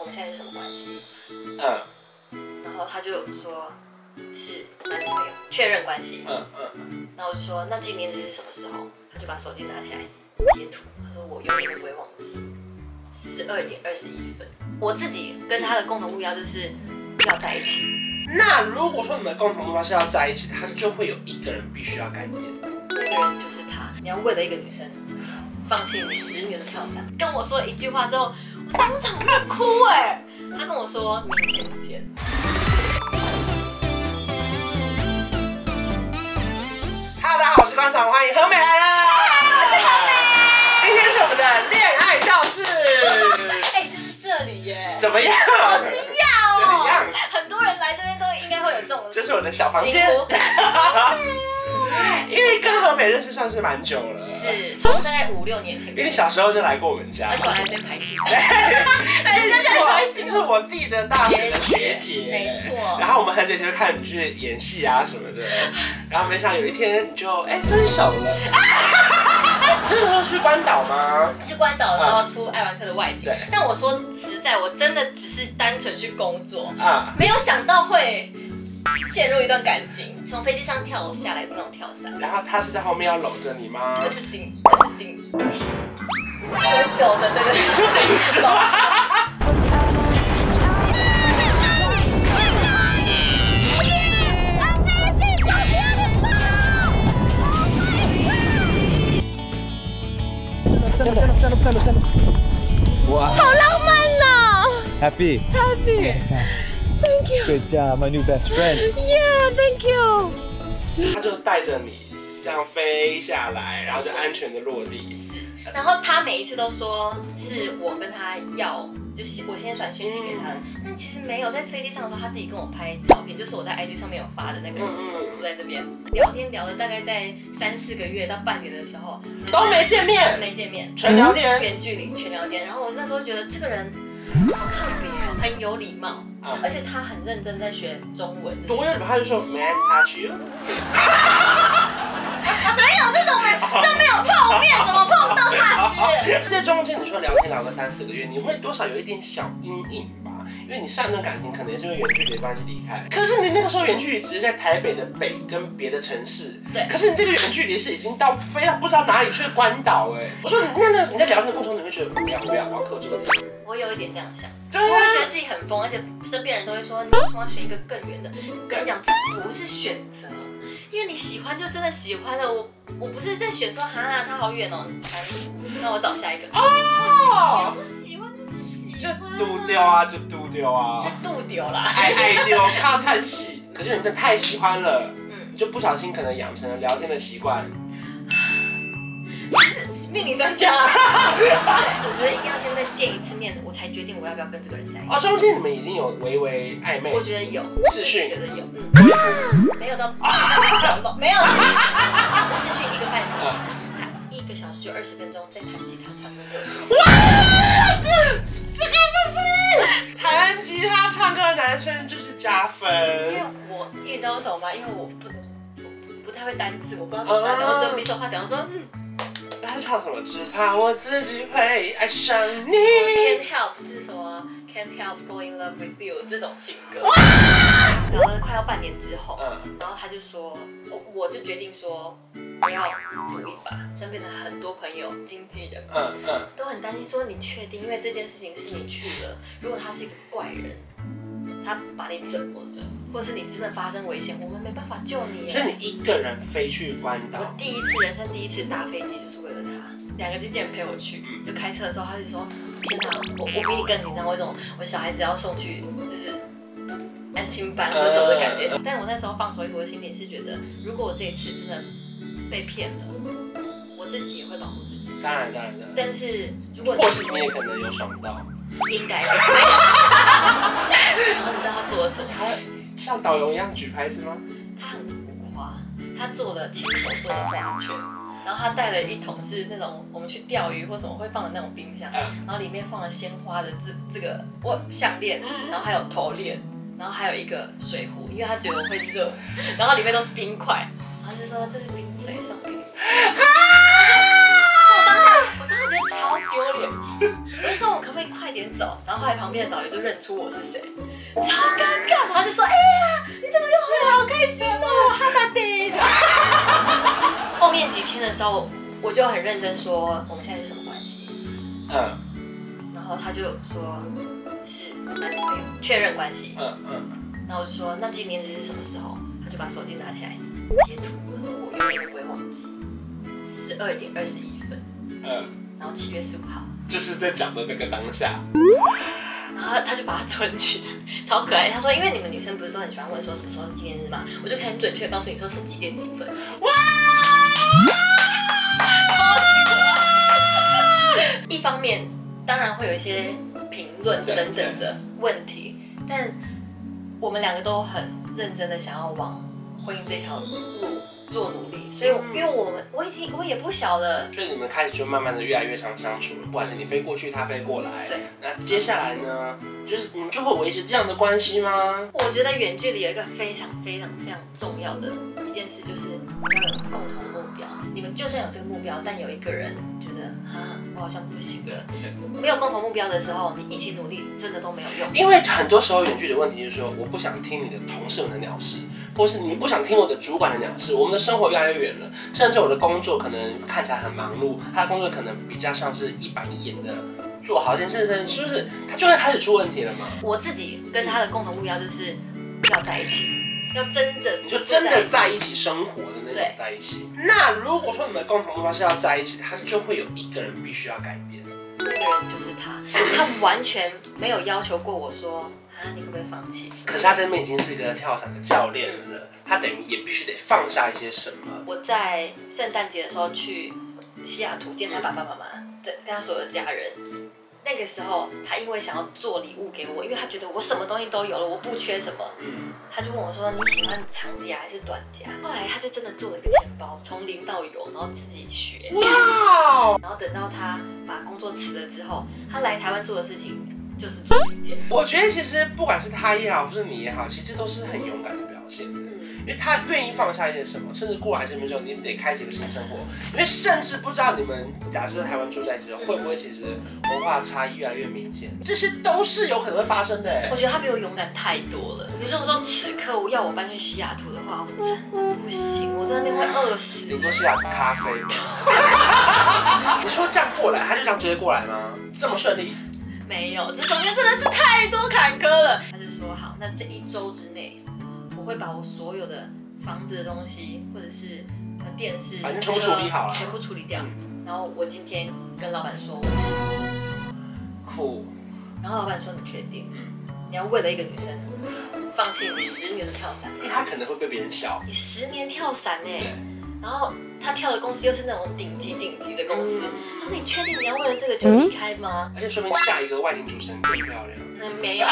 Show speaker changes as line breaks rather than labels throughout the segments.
们现在是什么关系？
嗯
然后他就说是男女朋友，确认关系。
嗯嗯，
然后我就说那纪念日是什么时候？他就把手机拿起来截图，他说我永远都不会忘记，十二点二十一分。我自己跟他的共同目标就是要在一起，
那如果说你们共同目标是要在一起，他就会有一个人必须要改变。
那个人就是他。你要为了一个女生放弃你十年的跳伞，跟我说一句话之后，我当场就哭哎、他跟我说明天见。
Hello，大家好，我是观赏，欢迎何美来了。我是何美。今天是我们的恋爱教室，
哎、就是这里耶、
怎么样？
好惊讶
怎
哦
样！
很多人来这边都应该会有这种
这是我的小房
惊
间，
呼，
因为跟何美认识算是蛮久了，，
是从大概五六年前
因
开
为你
始，
小时候就来过我们家，
而且我还在这边排 戏，
哎
人家就很开心
这是我弟的大学的学姐，
没错
然后我们很久以前就看你去演戏啊什么的，然后没想到有一天你就哎分手了。这时候去关岛吗？
去关岛的时候出艾玩克的外景
对，
嗯但我说实在，我真的只是单纯去工作，
啊，
没有想到会陷入一段感情，从飞机上跳下来的那种跳伞，
然后他是在后面要搂着你吗？
就是顶， 就是顶，就是抖的那个。
就等 于什
哇，Happy
Happy. Thank you.
good job, my new best friend。
Yeah, thank you.
他就带着你这样飞下来，然后就安全的落地。
是，然后他每一次都说是我跟他要，就是我先传讯息给他的，
嗯
但其实没有，在飞机上的时候他自己跟我拍照片，就是我在 IG 上面有发的那个，
嗯嗯
在这边聊天聊了大概在三四个月到半年的时候
都没见面，
没见面，
纯聊天。
远距离全聊天，然后我那时候觉得这个人好特别哦，很有礼貌，
啊
而且他很认真在学中文，
多 远他就说 man touch you，
没有这种人就没有碰面，怎么碰到他是？
这中间你说聊天聊个三四个月，你会多少有一点小阴影吧？因为你上一段感情可能也是因为远距离的关系离开，可是你那个时候远距离只是在台北的北跟别的城市，
对
可是你这个远距离是已经到飞到不知道哪里去的关岛哎、我说你那那你在聊天的过程中你会觉得不要不要，我要克制我自己。
我有一点这样想。
对
我会觉
啊，
得自己很疯，而且身边人都会说，你为什么要选一个更远的？我跟你讲，这不是选择，因为你喜欢就真的喜欢了。我我不是在选说，哈，他好远哦，哎那我找下一个。哦，就喜欢就是喜
就
欢、啊，
丢丢，啊，就丢丢啊
就，度丢啦。
爱爱丢，靠餐喜。可是你真的太喜欢了，
嗯，
你就不小心可能养成了聊天的习惯。
你是命理专家、啊。 我觉得一定要先再见一次面，我才决定我要不要跟这个人在一起。
哦，中间你们已经有微微暧昧
我，觉得有，
视讯
我觉得有，嗯， 没有到小龙，没有， 试训一个半小时，他一个小时有二十分钟在弹吉他唱歌，
弹吉他唱歌的男生就是加分。
因为我你知道为什么吗？因为我不我不太会单字，我不知道怎么单字，我只有比手画脚，我说嗯
他唱什么？只怕我自己会爱上你。
，can't help 就是什么 can't help f a l l in love with you 这种情歌，然后快要半年之后，
嗯，
然后他就说，我我就决定说我要赌一把，身边的很多朋友经纪人。
嗯嗯，
都很担心，说你确定？因为这件事情是你去了，如果他是一个怪人，他把你怎么了，或者是你真的发生危险，我们没办法救你
所以
耶。
你一个人飞去关
我
岛，
第一次人生第一次搭飞机就是为了他，两个经纪人陪我去，就开车的时候他就说：“天哪，我我比你更紧张，为什么我小孩子要送去就是安亲班或什么的感
呃
觉？”但我那时候放手一搏的心里是觉得，如果我这一次真的被骗了，我自己也会保护自己。
当然当然当然，
但是如果
或是你也可能有爽到，
应该。 然后你知道他做了什么
他
事？
会像导游一样举牌子吗？
他很浮夸，他做了亲手做的花圈，然后他带了一桶是那种我们去钓鱼或什么会放的那种冰箱，
嗯
然后里面放了鲜花的这这个我项链，然后还有头链，然后还有一个水壶，因为他觉得我会热， 然后里面都是冰块，然后就说这是冰水送给你。我当时我当时觉得超丢脸。我就说我可不可以快点走？然后后来旁边的导游就认出我是谁，超尴尬，然后就说：“哎呀，你怎么又回来？好开心哦，哈巴迪。”后面几天的时候，我就很认真说我们现在是什么关系，
嗯
然后他就说是男女朋友确认关系，
嗯嗯，
然后我就说那纪念日是什么时候？他就把手机拿起来截图，他说我永远都不会忘记，十二点二十一分，
嗯，
然后七月十五号。
就是在讲的那个当下，
然后他就把它存起来，超可爱。他说，因为你们女生不是都很喜欢问说什么时候是纪念日嘛，我就可以很准确告诉你说是几点几分。哇！超级可爱一方面当然会有一些评论等等的问题，但我们两个都很认真的想要往婚姻这条路做努力，所以我因为我们我已经我也不小了。
所以你们开始就慢慢的越来越常相处，不管是你飞过去，他飞过来，
对。
那接下来呢，就是你们就会维持这样的关系吗？
我觉得远距离有一个非常非常非常重要的一件事，就是要有共同目标。你们就算有这个目标，但有一个人觉得啊，我好像不行了。没有共同目标的时候，你一起努力真的都没有用。
因为很多时候远距离的问题就是说，我不想听你的同事们的鸟事，或是你不想听我的主管的鸟事。我们的生活越来越远了，甚至我的工作可能看起来很忙碌，他的工作可能比较像是一板一眼的做好一件事情，就是他就会开始出问题了嘛。
我自己跟他的共同目标就是要在一起，要真的
你就真的在
起。
一起生活的那种
对
在一起。那如果说你们的共同目标是要在一起，他就会有一个人必须要改变。
那个人就是他，他完全没有要求过我说啊，你可不可以放弃？
可是他这边已经是一个跳伞的教练了，他等于也必须得放下一些什么。
我在圣诞节的时候去西雅图见他爸爸妈妈，跟跟他所有的家人。那个时候，他因为想要做礼物给我，因为他觉得我什么东西都有了，我不缺什么，
嗯，
他就问我说：“你喜欢长夹还是短夹？”后来他就真的做了一个钱包，从零到有，然后自己学。
哇哦！
然后等到他把工作辞了之后，他来台湾做的事情就是做一件。
我觉得其实不管是他也好，或是你也好，其实这都是很勇敢的表现。
嗯，
因为他愿意放下一些什么，甚至过来这边之后，你得开始一个新生活。因为甚至不知道你们假设在台湾住在一起之后，会不会其实文化差异越来越明显，这些都是有可能会发生的欸。
我觉得他比我勇敢太多了。你如果说此刻我要我搬去西雅图的话，我真的不行，我在那边会饿死。
顶多是要咖啡。 你说这样过来，他就这样直接过来吗？这么顺利？
没有，这中间真的是太多坎坷了。他就说好，那这一周之内，我会把我所有的房子的东西，或者是呃电视、
反正
车
全部处理好了
全部处理掉。然后我今天跟老板说我辞职，
酷。
然后老板说你确定？
嗯
你要为了一个女生放弃你十年的跳伞？
因为他可能会被别人笑。
你十年跳伞哎、
对
然后他跳的公司又是那种顶级顶级的公司，他说你确定你要为了这个就离开吗？
而且说明下一个外景主持人更漂亮。
嗯，没有。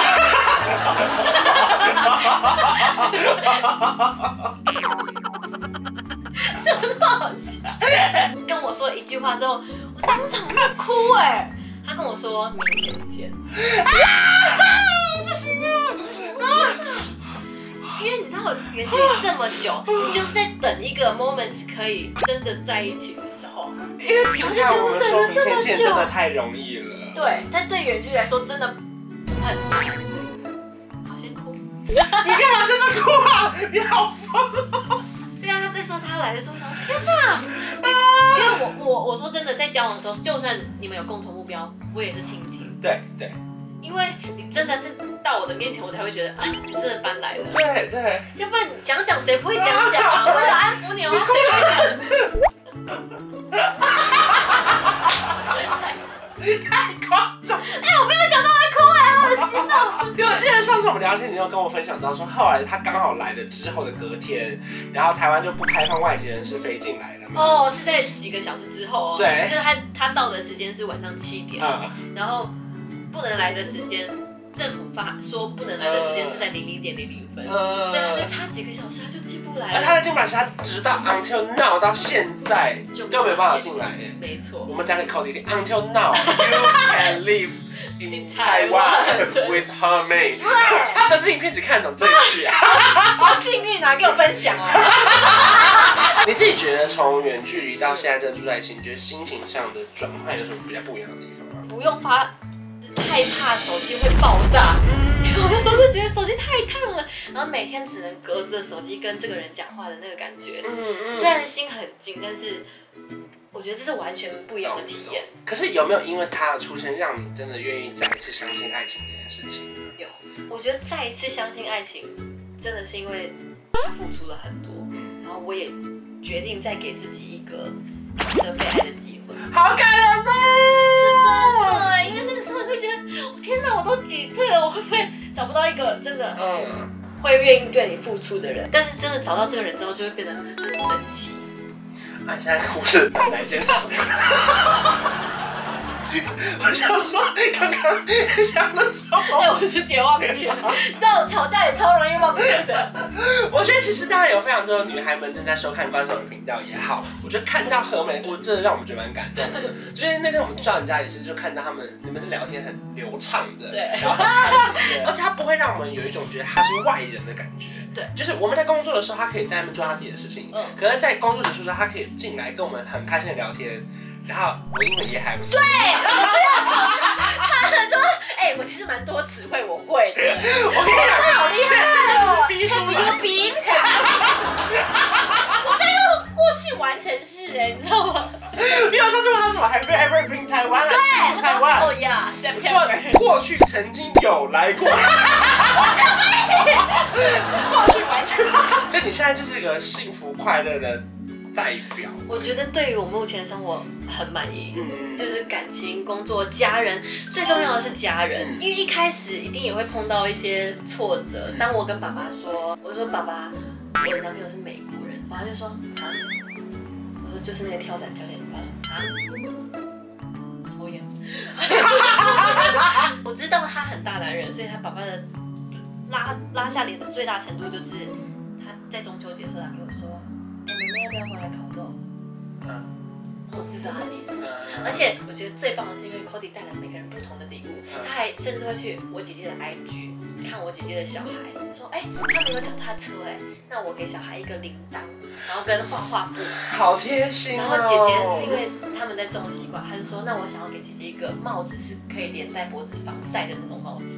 跟我说一句话之后，我当场就哭哎、他跟我说明天见。啊！我不行了。啊！因为你知道远距离这么久，你就是在等一个 moment 是可以真的在一起的时候。
因为平常我们说明天见真的太容易了。
对，但对远距离来说真的很难。好先哭。
你干嘛真的哭啊？你好疯！
对啊，他在说他来的时候，我想说天哪！啊因为我我我说真的，在交往的时候，就算你们有共同目标，我也是听听，
对对
因为你真的真到我的面前，我才会觉得啊，你真的搬来了。
对对，
要不然你讲讲谁不会讲讲 啊？为了安抚你，我要谁不会讲讲？
你太夸张了。
哎，我没有想到会哭哎，好恶心哦！
因为我记得上次我们聊天，你有跟我分享到说，后来他刚好来了之后的隔天，然后台湾就不开放外籍人士飞进来了嘛。
哦，是在几个小时之后哦，
对
就是他他到的时间是晚上七点，
啊、
然后不能来的时间，政府发说不能来的时间是在零零点零零分
嗯，。
所以他再差几个小时他就进不来
而
了。
他的进不来是他直到 until now 到现在都没办法进来耶。
没错
我，们讲给 Cody 听，until now you can live in Taiwan with her mate。他甚至影片只看懂这一句啊。
好幸运啊，给我分享啊！
你自己觉得从远距离到现在真的住在一起，你觉得心情上的转换有什么比较不一样的地方？
不用发害怕手机会爆炸。 因为我那时候就觉得手机太烫了，然后每天只能隔着手机跟这个人讲话的那个感觉。
嗯嗯
虽然心很近，但是我觉得这是完全不一样的体验。
可是有没有因为他的出现，让你真的愿意再一次相信爱情这件事情？
有，我觉得再一次相信爱情，真的是因为他付出了很多，然后我也决定再给自己一个值得被爱的机会。
好感人哦呐、
对，因为那个时候你会觉得，天哪，我都几岁了，我会不会找不到一个真的
嗯，
会愿意对你付出的人？但是真的找到这个人之后，就会变得很珍惜。
啊，你现在哭是哪一件事？
哎
我想说，刚刚讲的时候
哎，，我是绝忘记了，这种吵架也超容易忘记的。
我觉得其实当然有非常多的女孩们正在收看观众的频道也好，我觉得看到何美，我真的让我们觉得蛮感动的。就是那天我们去到人家也是，就看到他们你们的聊天很流畅的，
对
然后很开心的，而且他不会让我们有一种觉得他是外人的感觉。
对
就是我们在工作的时候，他可以在那边做他自己的事情，
嗯
可是在工作结束之后，他可以进来跟我们很开心的聊天。然后我英文也还不错，
哎，我其实蛮多词汇我会的，
我跟你讲，好厉啊
害哦
逼出
不
来
用逼我刚用过去完成式哎，你知道吗？
没有上次问他什么 Have you ever been Taiwan？对啊台湾。
哦呀，September。
过去曾经有来过。 过去完全。 那你现在就是一个幸福快乐的代表。
我觉得对于我目前的生活很满意。
嗯
就是感情、工作、家人，最重要的是家人，因为一开始一定也会碰到一些挫折。当我跟爸爸说，我说爸爸，我的男朋友是美国人，爸爸就说啊，我说就是那个跳伞教练，爸爸说啊，抽烟，我知道他很大男人，所以他爸爸的拉拉下脸的最大程度就是他在中秋节的时候打给我说，哎妹妹要不要回来烤肉？
嗯
我知道他的意思。
嗯
而且我觉得最棒的是，因为 Cody 带了每个人不同的礼物，他还甚至会去我姐姐的 IG 看我姐姐的小孩，说：“哎、他们有脚踏车哎、那我给小孩一个铃铛，然后跟画画布。
好贴心
然
哦。
后姐姐是因为他们在种西瓜，她就说：那我想要给姐姐一个帽子，是可以连在脖子防晒的那种帽子。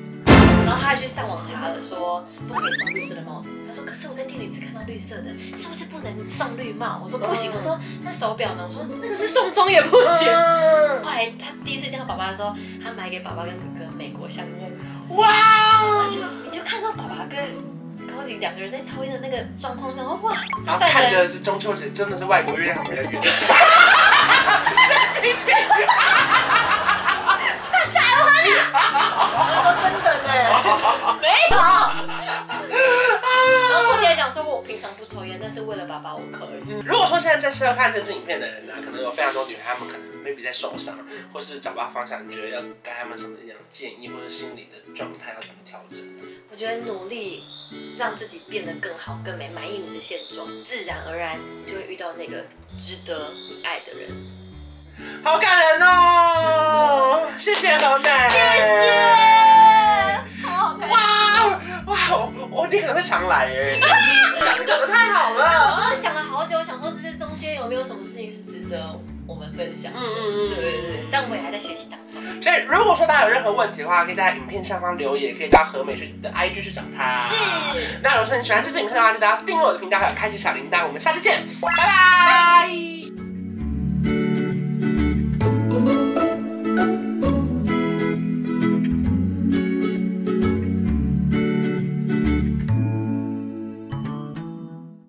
然后她还去上网查了，说不可以送绿色的帽子。她说：可是我在店里只看到绿色的，是不是不能送绿帽？我说不行。我说那手表呢？我说那个是送钟也不行。
嗯
后来他第一次见到爸爸的时候，他买给爸爸跟哥哥美国香烟，
哇
然后
哦。
就你就看到爸爸跟 Cody 两个人在抽烟的那个状况下，哇，
然后
带
看
人
着是中秋节，真的是外国月亮比较圆。
他说真的呢，没有。然后 Cody 还讲说，我平常不抽烟，但是为了爸爸我可以。
如果说现在在收看这支影片的人呢、可能有非常多女孩，她们可能 maybe 在受伤，或是找不到方向，你觉得要给她们什么样的建议，或者心理的状态要怎么调整？
我觉得努力让自己变得更好、更美，满意你的现状，自然而然你就会遇到那个值得你爱的人。
好感人哦！谢谢何美，谢
谢好好看。
哇哇，我我你可能会常来耶，讲讲的太好了。
我真的想了好久，我想说这些中间有没有什么事情是值得我们分享的？
嗯嗯嗯
对对对，但我也还在学习当中。
所以如果说大家有任何问题的话，可以在影片下方留言，可以到何美去的 IG 去找她。
是
那如果说你喜欢这支影片的话，记得要订阅我的频道，还有开启小铃铛。我们下次见，拜拜。